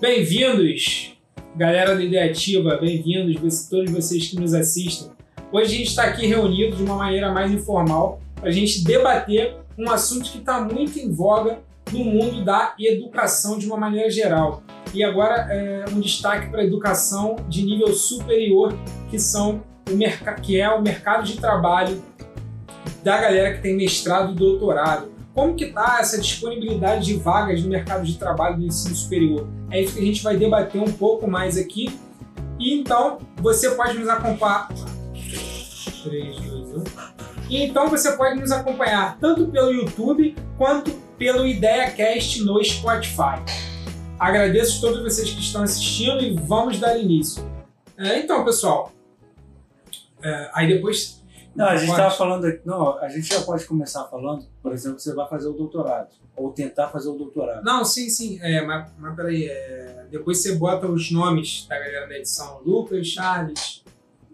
Bem-vindos, galera do Ideativa, bem-vindos você- todos vocês que nos assistem. Hoje a gente está aqui reunido de uma maneira mais informal para a gente debater um assunto que está muito em voga no mundo da educação de uma maneira geral. E agora é, um destaque para a educação de nível superior, que, são o merca- que é o mercado de trabalho da galera que tem mestrado e doutorado. Como que está essa disponibilidade de vagas no mercado de trabalho do ensino superior? É isso que a gente vai debater um pouco mais aqui. E então você pode nos acompanhar. 3, 2, 1. E então você pode nos acompanhar tanto pelo YouTube quanto pelo IdeiaCast no Spotify. Agradeço a todos vocês que estão assistindo e vamos dar início. É, então, pessoal, é, aí depois. Não, a gente Pode. estava falando aqui. Não, a gente já pode começar falando, por exemplo, que você vai fazer o doutorado, ou tentar fazer o doutorado. Não, sim, sim. É, mas, mas peraí, é, depois você bota os nomes da galera da edição: Lucas, Charles,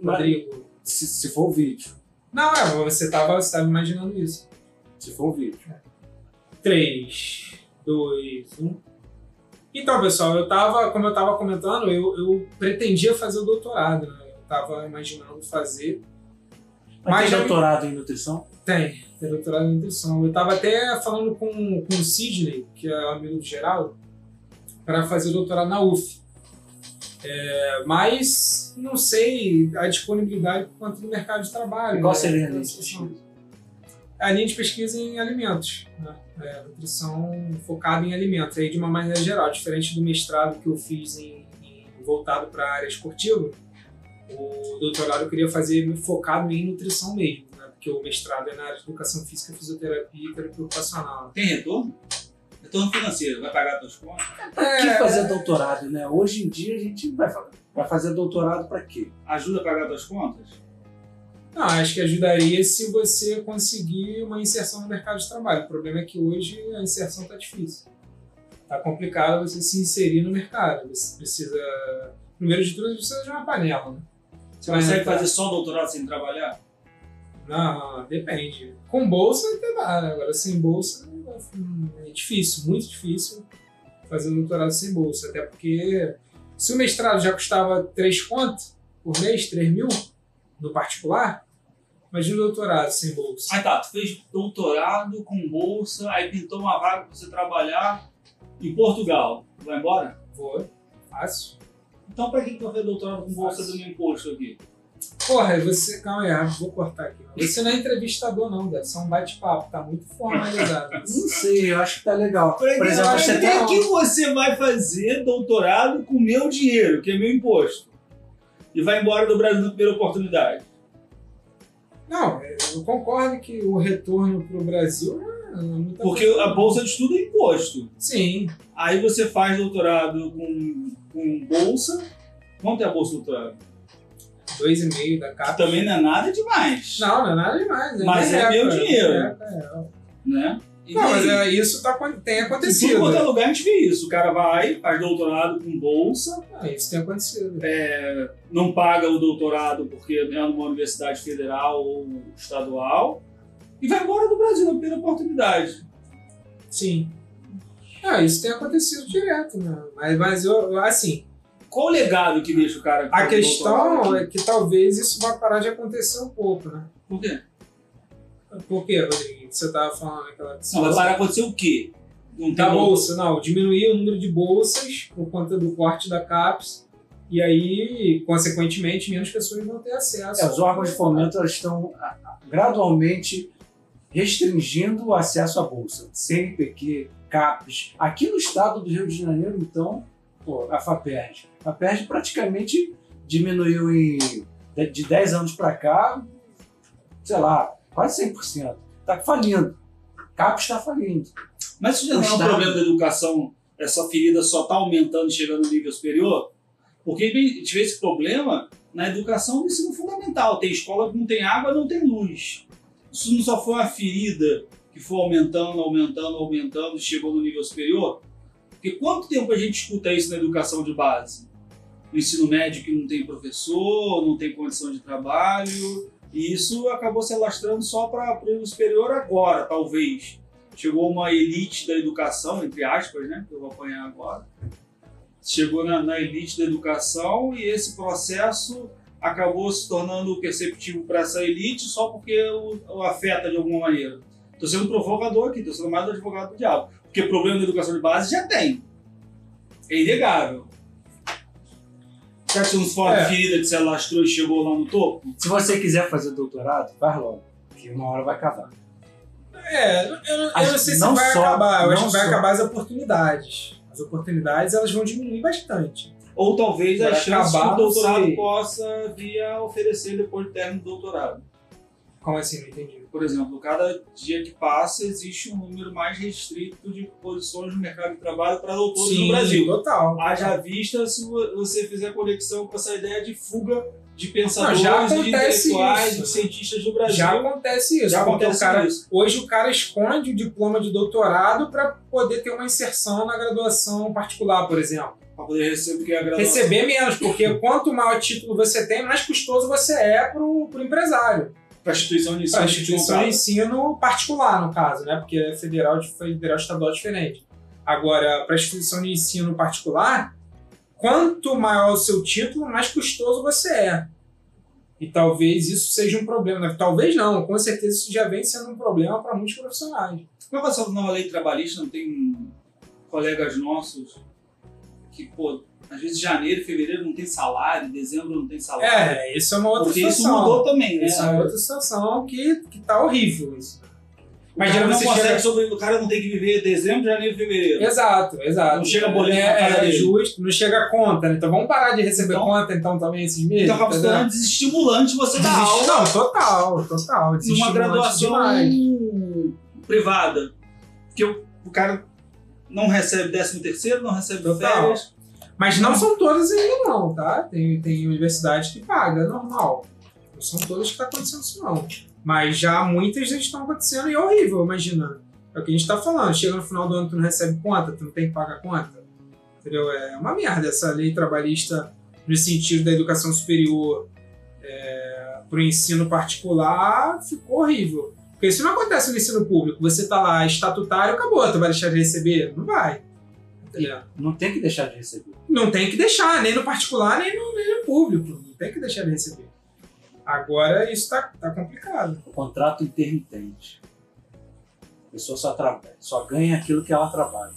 Mas, Rodrigo. se, se for o vídeo. Não, é, você tava, você tava imaginando isso. Se for o vídeo. 3, 2, 1. Então, pessoal, eu tava, como eu tava comentando, eu, eu pretendia fazer o doutorado, né? Eu tava imaginando fazer. Mas Mas já- tem doutorado em nutrição? Tem, tem doutorado em nutrição. Eu tava até falando com, com o Sidney, que é amigo do Geraldo, para fazer doutorado na UF. É, mas não sei a disponibilidade por conta do mercado de trabalho. E qual né? seria a Da linha de nutrição. pesquisa? A linha de pesquisa em alimentos, né? É, nutrição focada em alimentos, aí de uma maneira geral, diferente do mestrado que eu fiz em, em- voltado para a área esportiva, o doutorado eu queria fazer focado em nutrição mesmo, né? porque o mestrado é na área de educação física, fisioterapia e terapia ocupacional. né? Tem retorno? Retorno financeiro, vai pagar tuas contas? Pra que fazer doutorado, né? Hoje em dia a gente vai, fa- vai fazer doutorado pra quê? Ajuda a pagar tuas contas? Não, Ah, acho que ajudaria se você conseguir uma inserção no mercado de trabalho. O problema é que hoje a inserção está difícil. Está complicado você se inserir no mercado. Você precisa, primeiro de tudo, você precisa de uma panela. Né? Você é consegue entrar- fazer só o doutorado sem trabalhar? Não, depende. Com bolsa até dá, né? agora sem bolsa hum, é difícil, muito difícil fazer um doutorado sem bolsa. Até porque se o mestrado já custava 3 conto por mês, 3 mil no particular, imagina o doutorado sem bolsa. Ah tá, tu fez doutorado com bolsa, aí pintou uma vaga pra você trabalhar em Portugal. Tu Vai embora? Vou, fácil. Então pra que que tu vai fazer doutorado com bolsa Fácil. do meu imposto aqui? Porra, você. Calma aí, vou cortar aqui. Você não é entrevistador, não, deve ser um bate-papo, tá muito formalizado. Não sei, eu acho que tá legal. Por exemplo, Mas você pra tá. é que você vai fazer doutorado com meu dinheiro, que é meu imposto? E vai embora do Brasil na primeira oportunidade? Não, eu concordo que o retorno pro Brasil é muita Porque coisa. a bolsa de estudo é imposto. Sim, Aí você faz doutorado com, com bolsa. Quanto é a bolsa do doutorado? dois e meio da capa. Também não é nada demais. Não, não é nada demais. Mas nem é meu época, dinheiro. né? É. Né? E Não, mas aí, é, isso tá, acon- tem em tudo quanto é acontecido. lugar a gente vê isso. O cara vai, faz doutorado com bolsa, Ah, isso tem acontecido. não paga o doutorado porque é numa universidade federal ou estadual, e vai embora do Brasil na primeira oportunidade. Sim. Ah, isso tem acontecido direto, né? Mas, mas eu, eu- assim, Qual o legado que deixa o cara que a faz doutorado questão aqui? é que talvez isso vá parar de acontecer um pouco, né? Por quê? Por quê, Rodrigo? Você tava falando aquela. Não, vai parar de acontecer o quê? Não Da tem bolsa, não, diminuir o número de bolsas por conta do corte da CAPES. E aí, consequentemente, menos pessoas vão ter acesso. É, os órgãos de fomento elas estão a- a- gradualmente restringindo o acesso à bolsa. CNPq, CAPES. Aqui no estado do Rio de Janeiro, então, pô, a FAPERJ. A FAPERJ praticamente diminuiu em, de- de 10 anos para cá, sei lá, quase 100%. Está Tá falindo. CAPES está falindo. Mas isso já não é um Estado. problema da educação, essa ferida só está aumentando e chegando no nível superior? Porque a gente vê esse problema na educação do ensino fundamental. Tem escola que não tem água, não tem luz. Isso não só foi uma ferida que foi aumentando, aumentando, aumentando e chegou no nível superior? Porque quanto tempo a gente escuta isso na educação de base? No ensino médio que não tem professor, não tem condição de trabalho, e isso acabou se alastrando só para o nível superior agora, talvez chegou uma elite da educação, entre aspas, né? Que eu vou apanhar agora. chegou na, na elite da educação e esse processo acabou se tornando perceptível para essa elite só porque o, o afeta de alguma maneira. Estou sendo um provocador aqui, estou sendo mais um advogado do diabo. Porque problema da educação de base já tem. É inegável. Será que se não for É. a ferida que se alastrou e chegou lá no topo? Se você quiser fazer doutorado, faz logo, que uma hora vai acabar. É, eu, eu Acho- não sei se não vai só- acabar. Eu acho não que vai só. acabar as oportunidades. As oportunidades elas vão diminuir bastante. Ou talvez Vai a chance que acabar, o doutorado não sei. possa vir a oferecer depois do término do doutorado. Como assim? Não entendi. Por exemplo, cada dia que passa existe um número mais restrito de posições no mercado de trabalho para doutores no Brasil. Ah, total. Haja vista se vo- você fizer conexão com essa ideia de fuga de Não, pensadores, já de acontece intelectuais, isso, de né? cientistas do Brasil. Já acontece isso. Já porque acontece o cara- isso. Hoje o cara esconde o diploma de doutorado para poder ter uma inserção na graduação particular, por exemplo. Para poder receber porque a graduação. Receber menos, porque quanto maior título você tem, mais custoso você é pro, pro empresário. Para a é instituição de ensino. A instituição de contrata. ensino particular, no caso, né? Porque é federal, de- federal estadual diferente. Agora, para a instituição de ensino particular, quanto maior o seu título, mais custoso você é. E talvez isso seja um problema. né? Talvez não, com certeza isso já vem sendo um problema para muitos profissionais. Como é que essa nova lei trabalhista não tem colegas nossos que, pô, às vezes janeiro, fevereiro não tem salário, dezembro não tem salário? É, isso é uma outra porque isso situação. mudou também, né? Isso é uma outra situação que, que tá horrível isso. Mas Imagina não você consegue chega- sobre o cara não tem que viver dezembro, janeiro, fevereiro. Exato, exato. Não chega boleto é, na casa é dele. justo, não chega a conta, né? Então vamos parar de receber Então- conta então também esses né? meses. Então acaba se entendeu? tornando desestimulante você dar Desist- aula Não, total, total. numa desestimulante graduação demais. privada. Porque o o cara não recebe décimo terceiro, não recebe Total. férias. Mas não são todas ainda, não, tá? Tem, tem universidade que paga, é normal. Não são todas que tá acontecendo isso, não. Mas já muitas já estão acontecendo e é horrível, imagina. É o que a gente tá falando. Chega no final do ano, tu não recebe conta, tu não tem que pagar conta. Entendeu? É uma merda essa lei trabalhista no sentido da educação superior é, pro ensino particular ficou horrível. Porque isso não acontece no ensino público. Você tá lá estatutário, acabou. Tu vai deixar de receber? Não vai. Entendeu? Não tem que deixar de receber. não tem que deixar, nem no particular, nem no, nem no público. Não tem que deixar de receber. Agora isso tá, tá complicado. O um contrato intermitente. A pessoa só, trabalha, só ganha aquilo que ela trabalha.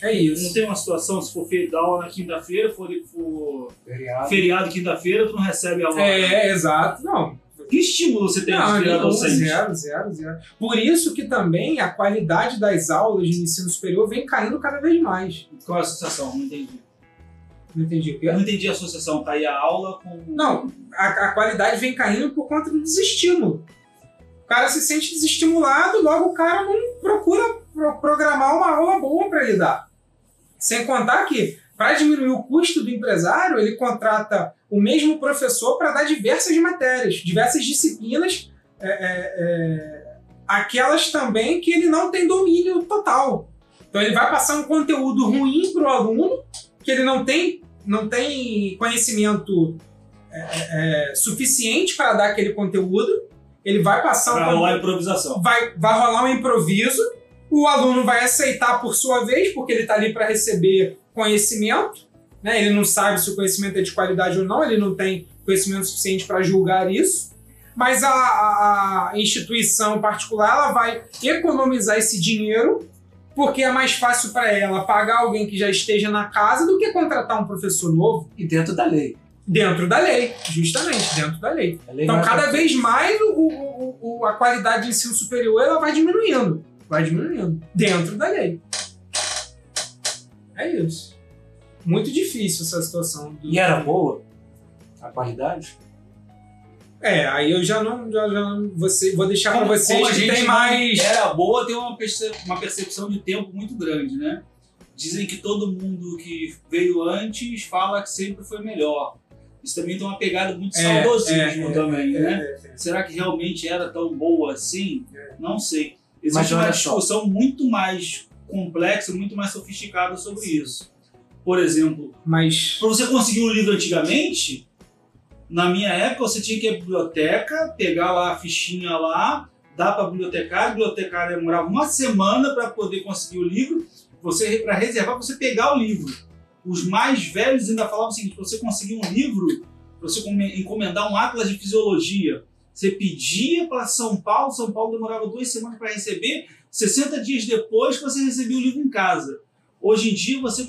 É Não isso. tem uma situação, se for feito dar aula na quinta-feira, for, for Feriado. feriado quinta-feira, tu não recebe aula. né? É, exato. Não. Que estímulo você tem de virar não, assim, é. docente? zero, zero, zero. Por isso que também a qualidade das aulas de ensino superior vem caindo cada vez mais. Qual é a associação? Não entendi. Não entendi o quê? Eu não entendi a associação, tá aí a aula com. Não, a, a qualidade vem caindo por conta do desestímulo. O cara se sente desestimulado, logo o cara não procura pro- programar uma aula boa para ele dar. Sem contar que, para diminuir o custo do empresário, ele contrata o mesmo professor para dar diversas matérias, diversas disciplinas, é, é, é, aquelas também que ele não tem domínio total. Então ele vai passar um conteúdo ruim para o aluno, que ele não tem, não tem conhecimento é, suficiente para dar aquele conteúdo. Ele vai passar um Pra conteúdo- rolar improvisação. vai, vai rolar um improviso. O aluno vai aceitar por sua vez, porque ele está ali para receber conhecimento. Né? Ele não sabe se o conhecimento é de qualidade ou não, ele não tem conhecimento suficiente para julgar isso. Mas a, a- a instituição particular ela vai economizar esse dinheiro, porque é mais fácil para ela pagar alguém que já esteja na casa do que contratar um professor novo E dentro da lei. dentro da lei, justamente dentro da lei. A lei Então, não é cada pra- vez mais o- o- o- o- a qualidade do ensino superior ela vai diminuindo. Vai diminuindo. Dentro da lei. É isso. Muito difícil essa situação. do- E era boa a qualidade? É, aí eu já não. Já, já- você, vou deixar para Como- como vocês a que gente tem não mais. Era boa ter uma, perce- uma percepção de tempo muito grande, né? Dizem que todo mundo que veio antes fala que sempre foi melhor. Isso também tem uma pegada muito de É, saudosismo é, é, também, né? É, Será que realmente era tão boa assim? Não sei. Existe Mas uma olha só. discussão muito mais complexa, muito mais sofisticada sobre isso. Por exemplo, mas. para você conseguir um livro antigamente, na minha época você tinha que ir à biblioteca, pegar lá a fichinha lá, dar para a bibliotecária, a bibliotecária demorava uma semana para poder conseguir o livro, você para reservar, pra você pegar o livro. Os mais velhos ainda falavam o seguinte: para você conseguir um livro, para você come- encomendar um atlas de fisiologia, você pedia para São Paulo, São Paulo demorava duas semanas para receber, 60 dias depois você recebia o livro em casa. Hoje em dia você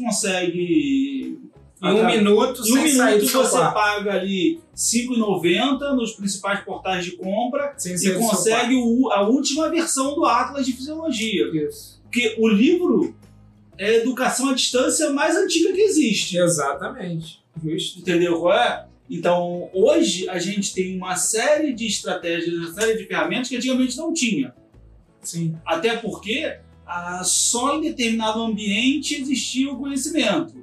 Em consegue. um minuto, Em um sem sair do minuto seu você quarto. paga ali R$ 5,90 nos principais portais de compra Sem e sair do seu quarto. consegue o- a última versão do Atlas de Fisiologia. Isso. Porque o livro é a educação à distância mais antiga que existe. Exatamente. Justo. Entendeu qual é? Então, hoje a gente tem uma série de estratégias, uma série de ferramentas que antigamente não tinha. Sim. Até porque ah, só em determinado ambiente existia o conhecimento.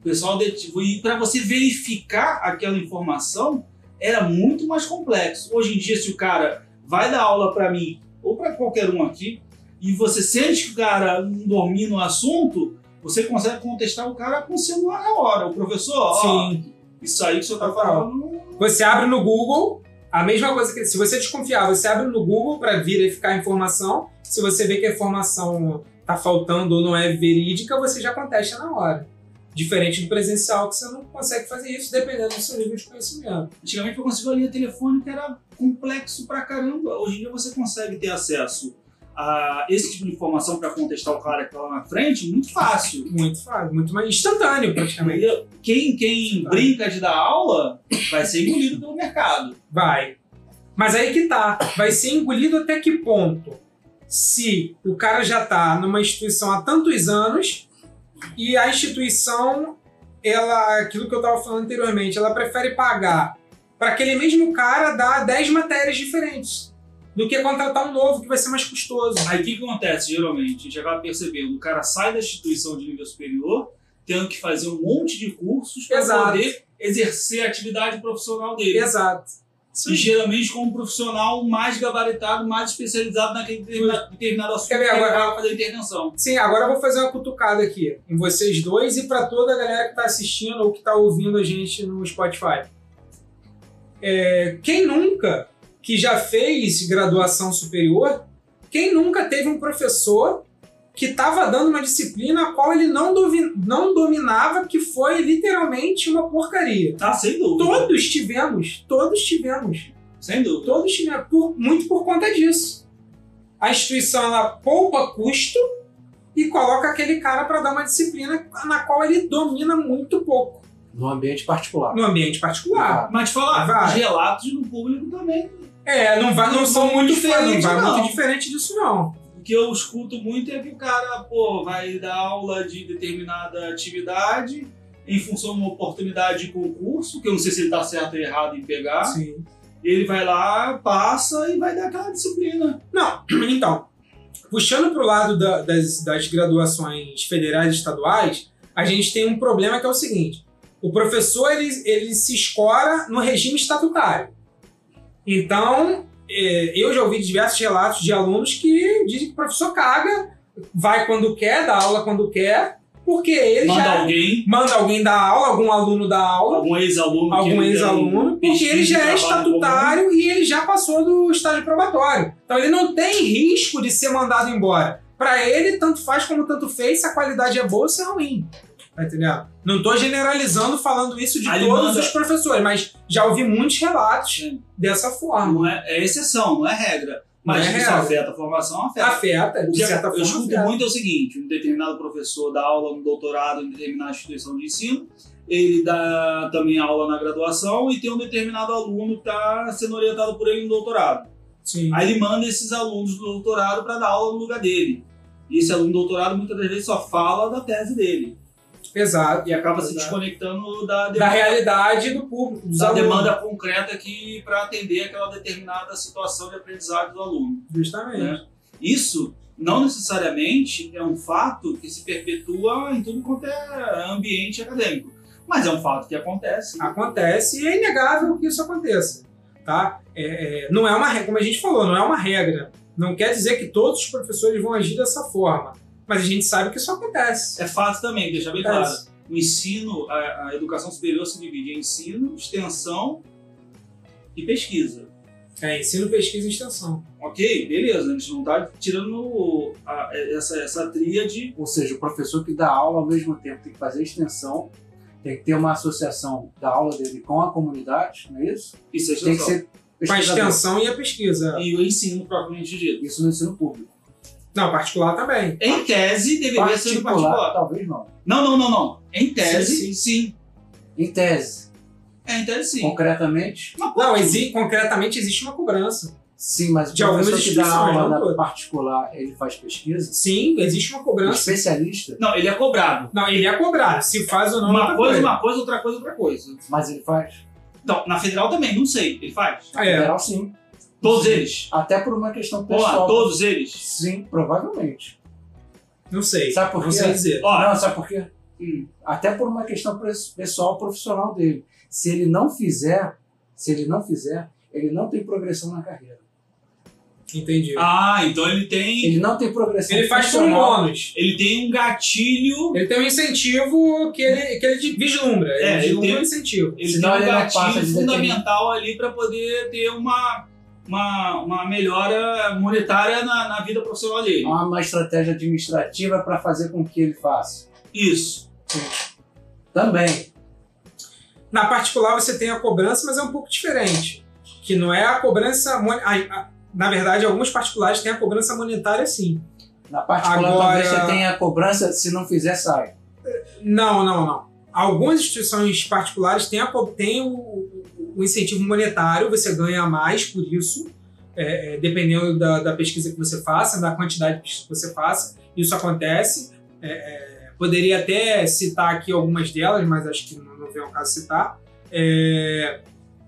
O pessoal det- e para você verificar aquela informação era muito mais complexo. Hoje em dia, se o cara vai dar aula para mim ou para qualquer um aqui e você sente que o cara não domina o assunto, você consegue contestar o cara com o celular na hora. O professor, ó, Sim. isso aí que o senhor está Total. falando não Você abre no Google, a mesma coisa que. Se você desconfiar, você abre no Google para verificar a informação. Se você vê que a informação tá faltando ou não é verídica, você já contesta na hora. Diferente do presencial, que você não consegue fazer isso dependendo do seu nível de conhecimento. Antigamente para conseguir uma linha telefônica era complexo pra caramba. Hoje em dia você consegue ter acesso a esse tipo de informação para contestar o cara que tá lá na frente muito fácil. Muito fácil, muito mais instantâneo praticamente. Entendeu? Quem, quem brinca de dar aula vai ser engolido pelo mercado. Vai. Mas aí que tá. Vai ser engolido até que ponto? Se o cara já tá numa instituição há tantos anos e a instituição, ela, aquilo que eu tava falando anteriormente, ela prefere pagar para aquele mesmo cara dar 10 matérias diferentes do que contratar um novo que vai ser mais custoso. Aí o que que acontece geralmente? A gente acaba percebendo, o cara sai da instituição de nível superior, tendo que fazer um monte de cursos para Exato. poder exercer a atividade profissional dele. Exato. Isso E geralmente com um profissional mais gabaritado, mais especializado naquele determina- determinado assunto que Quer ver ele agora? vai fazer intervenção. Sim, agora eu vou fazer uma cutucada aqui em vocês dois e para toda a galera que está assistindo ou que está ouvindo a gente no Spotify. É, quem nunca que já fez graduação superior, quem nunca teve um professor que estava dando uma disciplina a qual ele não, dovi- não dominava, que foi literalmente uma porcaria? Tá, sem dúvida. Todos tivemos, todos tivemos. Sem dúvida. Todos tiveram, por- muito por conta disso. A instituição ela poupa custo e coloca aquele cara para dar uma disciplina na qual ele domina muito pouco no ambiente particular. no ambiente particular. Mas te falar, Vai. os relatos no público também. É, não, vai, não são muito diferentes, não vai não. muito diferente disso não. O que eu escuto muito é que o cara, pô, vai dar aula de determinada atividade em função de uma oportunidade de concurso, que eu não sei se ele tá certo ou errado em pegar. Sim. Ele vai lá, passa e vai dar aquela disciplina. Não, então, puxando para o lado da- das, das graduações federais e estaduais, a gente tem um problema que é o seguinte: o professor ele, ele se escora no regime estatutário. Então, é, eu já ouvi diversos relatos de alunos que dizem que o professor caga, vai quando quer, dá aula quando quer, porque ele Manda já é. alguém, manda alguém dar aula, algum aluno dar aula, algum ex-aluno. que algum não tem ex-aluno, porque pesquisa, ele já é um trabalho estatutário e ele já passou do estágio probatório. Então ele não tem risco de ser mandado embora. Pra ele, tanto faz como tanto fez, se a qualidade é boa ou se é ruim. Tá entendendo? Não tô generalizando falando isso de Aí ele todos manda- os professores, mas já ouvi muitos relatos Sim. dessa forma. Não é, é exceção, não é regra. Mas Não é isso regra. afeta a formação, afeta. Afeta, O que de certa eu forma. escuto afeta. muito é o seguinte: um determinado professor dá aula no doutorado em determinada instituição de ensino, ele dá também aula na graduação e tem um determinado aluno que está sendo orientado por ele no doutorado. Sim. Aí ele manda esses alunos do doutorado para dar aula no lugar dele. E esse aluno do doutorado muitas das vezes só fala da tese dele Exato. e acaba se Exato. desconectando da Da demanda, realidade do público, dos da alunos. demanda concreta que para atender aquela determinada situação de aprendizagem do aluno. Justamente. né? Isso não necessariamente é um fato que se perpetua em tudo quanto é ambiente acadêmico, mas é um fato que acontece. acontece e é inegável que isso aconteça, tá? É, é, não é uma regra, como a gente falou, não é uma regra. Não quer dizer que todos os professores vão agir dessa forma, mas a gente sabe que isso acontece. É fato também, deixar bem claro. Acontece. O ensino, a, a educação superior se divide em ensino, extensão e pesquisa. É ensino, pesquisa e extensão. Ok, beleza, a gente não está tirando o- a- essa, essa tríade Ou seja, o professor que dá aula ao mesmo tempo tem que fazer extensão, tem que ter uma associação da aula dele com a comunidade, não é isso? e sexta Tem que ser Com a pesquisador. extensão e a pesquisa. e o ensino propriamente dito. Isso no ensino público. Não, particular também. Em tese, deveria é ser no particular. talvez não. Não, não, não, não. Em tese, Sim, sim. Em tese, É, em tese, sim. concretamente, Mas, é pô, Não, exi concretamente existe uma cobrança. sim, mas o De algumas professor que dá instituições, aula não na todas. particular, ele faz pesquisa? Sim, existe uma O cobrança. especialista, Não, ele é cobrado. Não, ele é cobrado. Se faz ou não, é Uma outra coisa, uma coisa, outra coisa, outra coisa. mas ele faz? Não, na federal também, não sei. Ele faz. É, Federal, sim. Todos eles. Até por uma questão Vamos lá, pessoal. todos eles. Sim, provavelmente. não sei. Sabe por não quê? sei dizer. Ó, Não, sabe por quê? hum, Até por uma questão pres- pessoal profissional dele. Se ele não fizer, se ele não fizer, ele não tem progressão na carreira. Entendi. Ah, então ele tem. Ele não tem progressão ele faz por profissional. bônus. Ele tem um gatilho. Ele tem um incentivo que ele, que ele de- vislumbra. Ele É, ele vislumbra tem- um incentivo. Ele Senão tem um ele não passa gatilho de fundamental ali para poder ter uma, uma, uma melhora monetária na, na vida profissional É dele. uma estratégia administrativa para fazer com que ele faça. Isso. Também. Na particular, você tem a cobrança, mas é um pouco diferente. Que não é a cobrança. mon- a- a- Na verdade, alguns particulares têm a cobrança monetária, sim. Na particular, Agora- talvez você tenha a cobrança, se não fizer, sai. Não, não, não. Algumas instituições particulares têm, a co- têm o, o- o incentivo monetário, você ganha mais por isso, é, é, dependendo da, da pesquisa que você faça, da quantidade de pesquisa que você faça, isso acontece. É, é, poderia até citar aqui algumas delas, mas acho que não, não vem ao caso citar. É,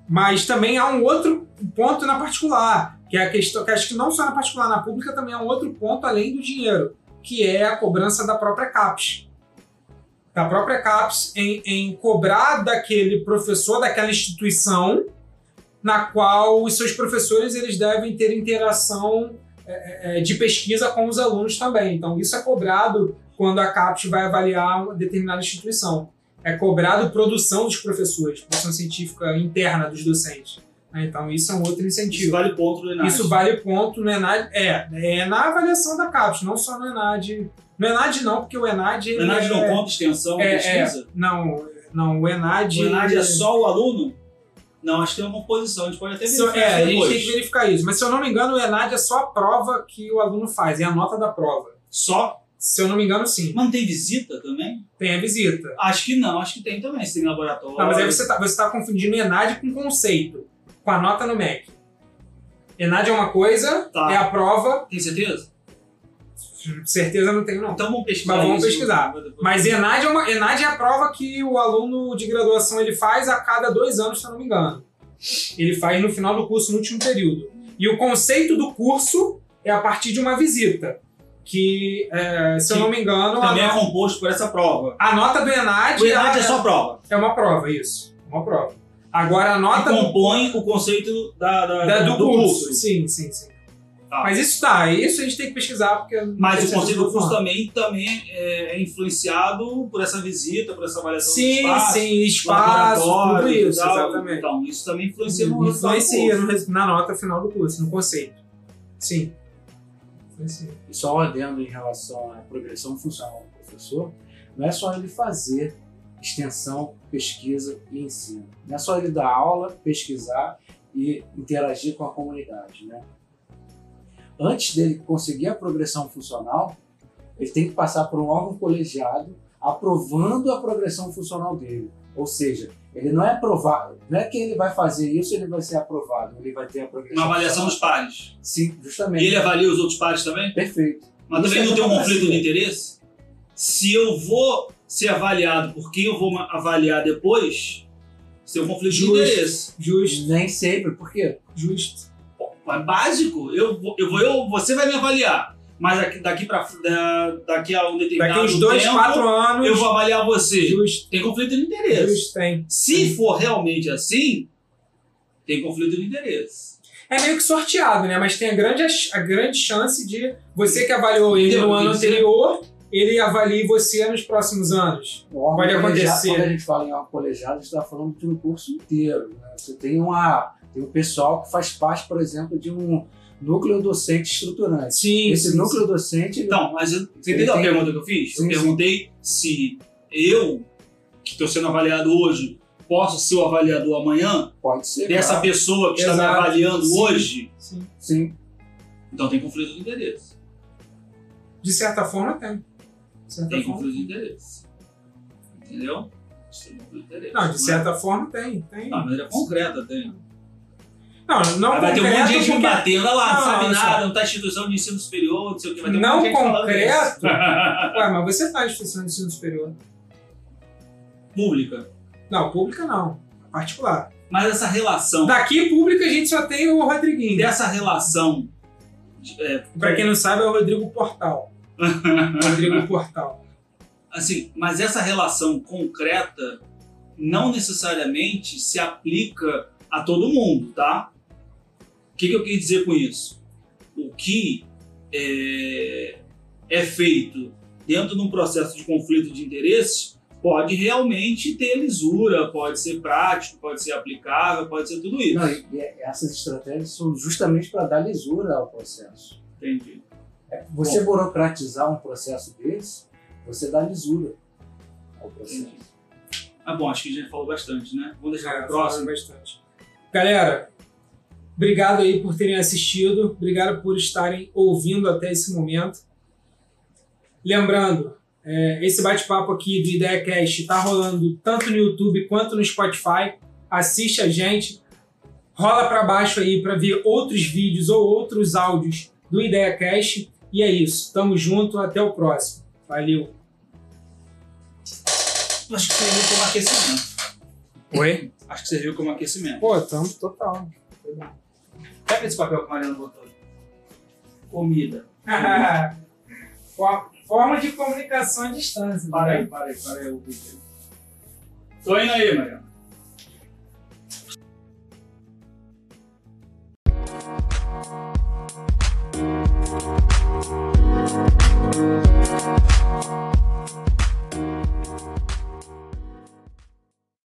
mas também há um outro ponto na particular, que é a questão, que acho que não só na particular, na pública também há um outro ponto além do dinheiro, que é a cobrança da própria CAPES da própria CAPES em, em cobrar daquele professor, daquela instituição, na qual os seus professores eles devem ter interação é, é, de pesquisa com os alunos também. Então, isso é cobrado quando a CAPES vai avaliar uma determinada instituição. É cobrado produção dos professores, produção científica interna dos docentes. né? Então, isso é um outro Isso incentivo. vale ponto do Enac. Isso vale ponto no Enad. É, é na avaliação da CAPES, não só no Enad. No Enad não, porque o Enad... O ele Enad não é- conta extensão, é, pesquisa. não, não, o Enad. O Enad é só o aluno? Não, acho que tem uma posição. A gente pode até Só- verificar é, a isso gente depois. tem que verificar isso. Mas se eu não me engano, o Enad é só a prova que o aluno faz, é a nota da prova. Só? Se eu não me engano, sim. Mas não tem visita também? Tem a visita. Acho que não. Acho que tem também. Se tem laboratório. Não, mas aí você está você tá confundindo Enad com conceito, com a nota no MEC. Enad é uma coisa, Tá. é a prova, Tem certeza? certeza não tenho, não. Então vamos pesquisar Mas vamos isso. pesquisar. Mas Enad é, uma, Enad é a prova que o aluno de graduação ele faz a cada dois anos, se eu não me engano. Ele faz no final do curso, no último período. E o conceito do curso é a partir de uma visita. Que, é, se eu Sim. não me engano, a, Também é no- composto por essa prova. a nota do Enad, O Enad ela- é só prova. é uma prova, isso. Uma prova. Agora, a que nota do, compõe o conceito da, da- da- É do, do curso. curso. Sim, sim, sim. Tá. Mas isso tá, isso a gente tem que pesquisar. Porque eu não sei Mas se o é conceito do curso tudo tá- também, também é, é influenciado por essa visita, por essa avaliação do Sim, espaço. sim, espaço, tudo laboratório e isso, tal. exatamente. Então, isso também influencia no resultado do Influencia no curso. res- na nota final do curso, no conceito. Sim. Influencia. E só um adendo em relação à progressão funcional do professor, não é só ele fazer extensão, pesquisa e ensino. Não é só ele dar aula, pesquisar e interagir com a comunidade, né? Antes dele conseguir a progressão funcional, ele tem que passar por um órgão colegiado aprovando a progressão funcional dele. Ou seja, ele não é aprovado, não é que ele vai fazer isso, ele vai ser aprovado, ele vai ter a né? progressão. Uma avaliação dos funcional. pares. Sim, justamente. E ele é avalia os outros pares também? Perfeito. Mas Isso também é não tem um democracia. conflito de interesse? Se eu vou ser avaliado por quem eu vou ma- avaliar depois, isso é um conflito Justo. de interesse. Justo, Nem sempre, por quê? justo. Pô, É básico. Eu, vou- eu vou, eu, você vai me avaliar. Mas daqui, daqui, pra, da, daqui a um determinado Daqui uns dois, tempo, quatro anos. eu vou avaliar você. Justo, Tem conflito de interesse. justo, tem. Se for realmente assim, tem conflito de interesse. É meio que sorteado, né? Mas tem a grande, a grande chance de você que avaliou ele Entendeu? no ano Isso. anterior, ele avalie você nos próximos anos. O órgão Pode colegiado- acontecer. tá Quando a gente fala em órgão colegiado, a gente está falando de um curso inteiro. né? Você tem uma, Tem o pessoal que faz parte, por exemplo, de um núcleo docente estruturante. Sim, Esse sim, núcleo docente. ele- Então, mas eu- você Ele entendeu a tem- pergunta que eu fiz? Sim, eu sim. perguntei se eu, que estou sendo avaliado hoje, posso ser o avaliador amanhã Pode ser. dessa claro. pessoa que está me Exato. avaliando Sim. hoje. sim. Sim. Então tem conflito de interesse. De certa forma, tem. De certa Tem um forma- conflito de interesse. Entendeu? Isso tem conflito de interesse. Não, de Mas- certa forma tem. tem. Não, de maneira concreta tem. Não, não Aí vai ter um monte de gente me porque- batendo, olha lá, não, Não, sabe não, nada, não está instituição de ensino superior, não sei o que, vai ter um Não monte de gente falando concreto? isso. Ué, mas você está na instituição de ensino superior. Pública. Não, pública não. Particular. Mas essa relação, Daqui, pública, a gente só tem o Rodriguinho. dessa relação. de- é, Pra quem não sabe, é o Rodrigo Portal. Rodrigo Portal. assim, mas essa relação concreta não necessariamente se aplica a todo mundo, tá? O que, que eu quis dizer com isso? O que é, é feito dentro de um processo de conflito de interesses pode realmente ter lisura, pode ser prático, pode ser aplicável, pode ser tudo isso. Não, e- e essas estratégias são justamente para dar lisura ao processo. Entendi. Você burocratizar um processo desse, você dá lisura ao processo. Entendi. Ah, bom, acho que a gente falou bastante, né? Vamos deixar Já é para o próximo. bastante. Galera, obrigado aí por terem assistido. Obrigado por estarem ouvindo até esse momento. Lembrando, é, esse bate-papo aqui do IdeaCast está rolando tanto no YouTube quanto no Spotify. Assiste a gente. Rola para baixo aí para ver outros vídeos ou outros áudios do IdeaCast. E é isso. Tamo junto. Até o próximo. Valeu. Acho que serviu como aquecimento. Oi? Acho que serviu como aquecimento. Pô, tamo total. Pega esse papel que a Mariana botou. Comida. Forma de comunicação à distância. né? Para aí, para aí, para aí. Eu vi. Tô indo aí, Mariana.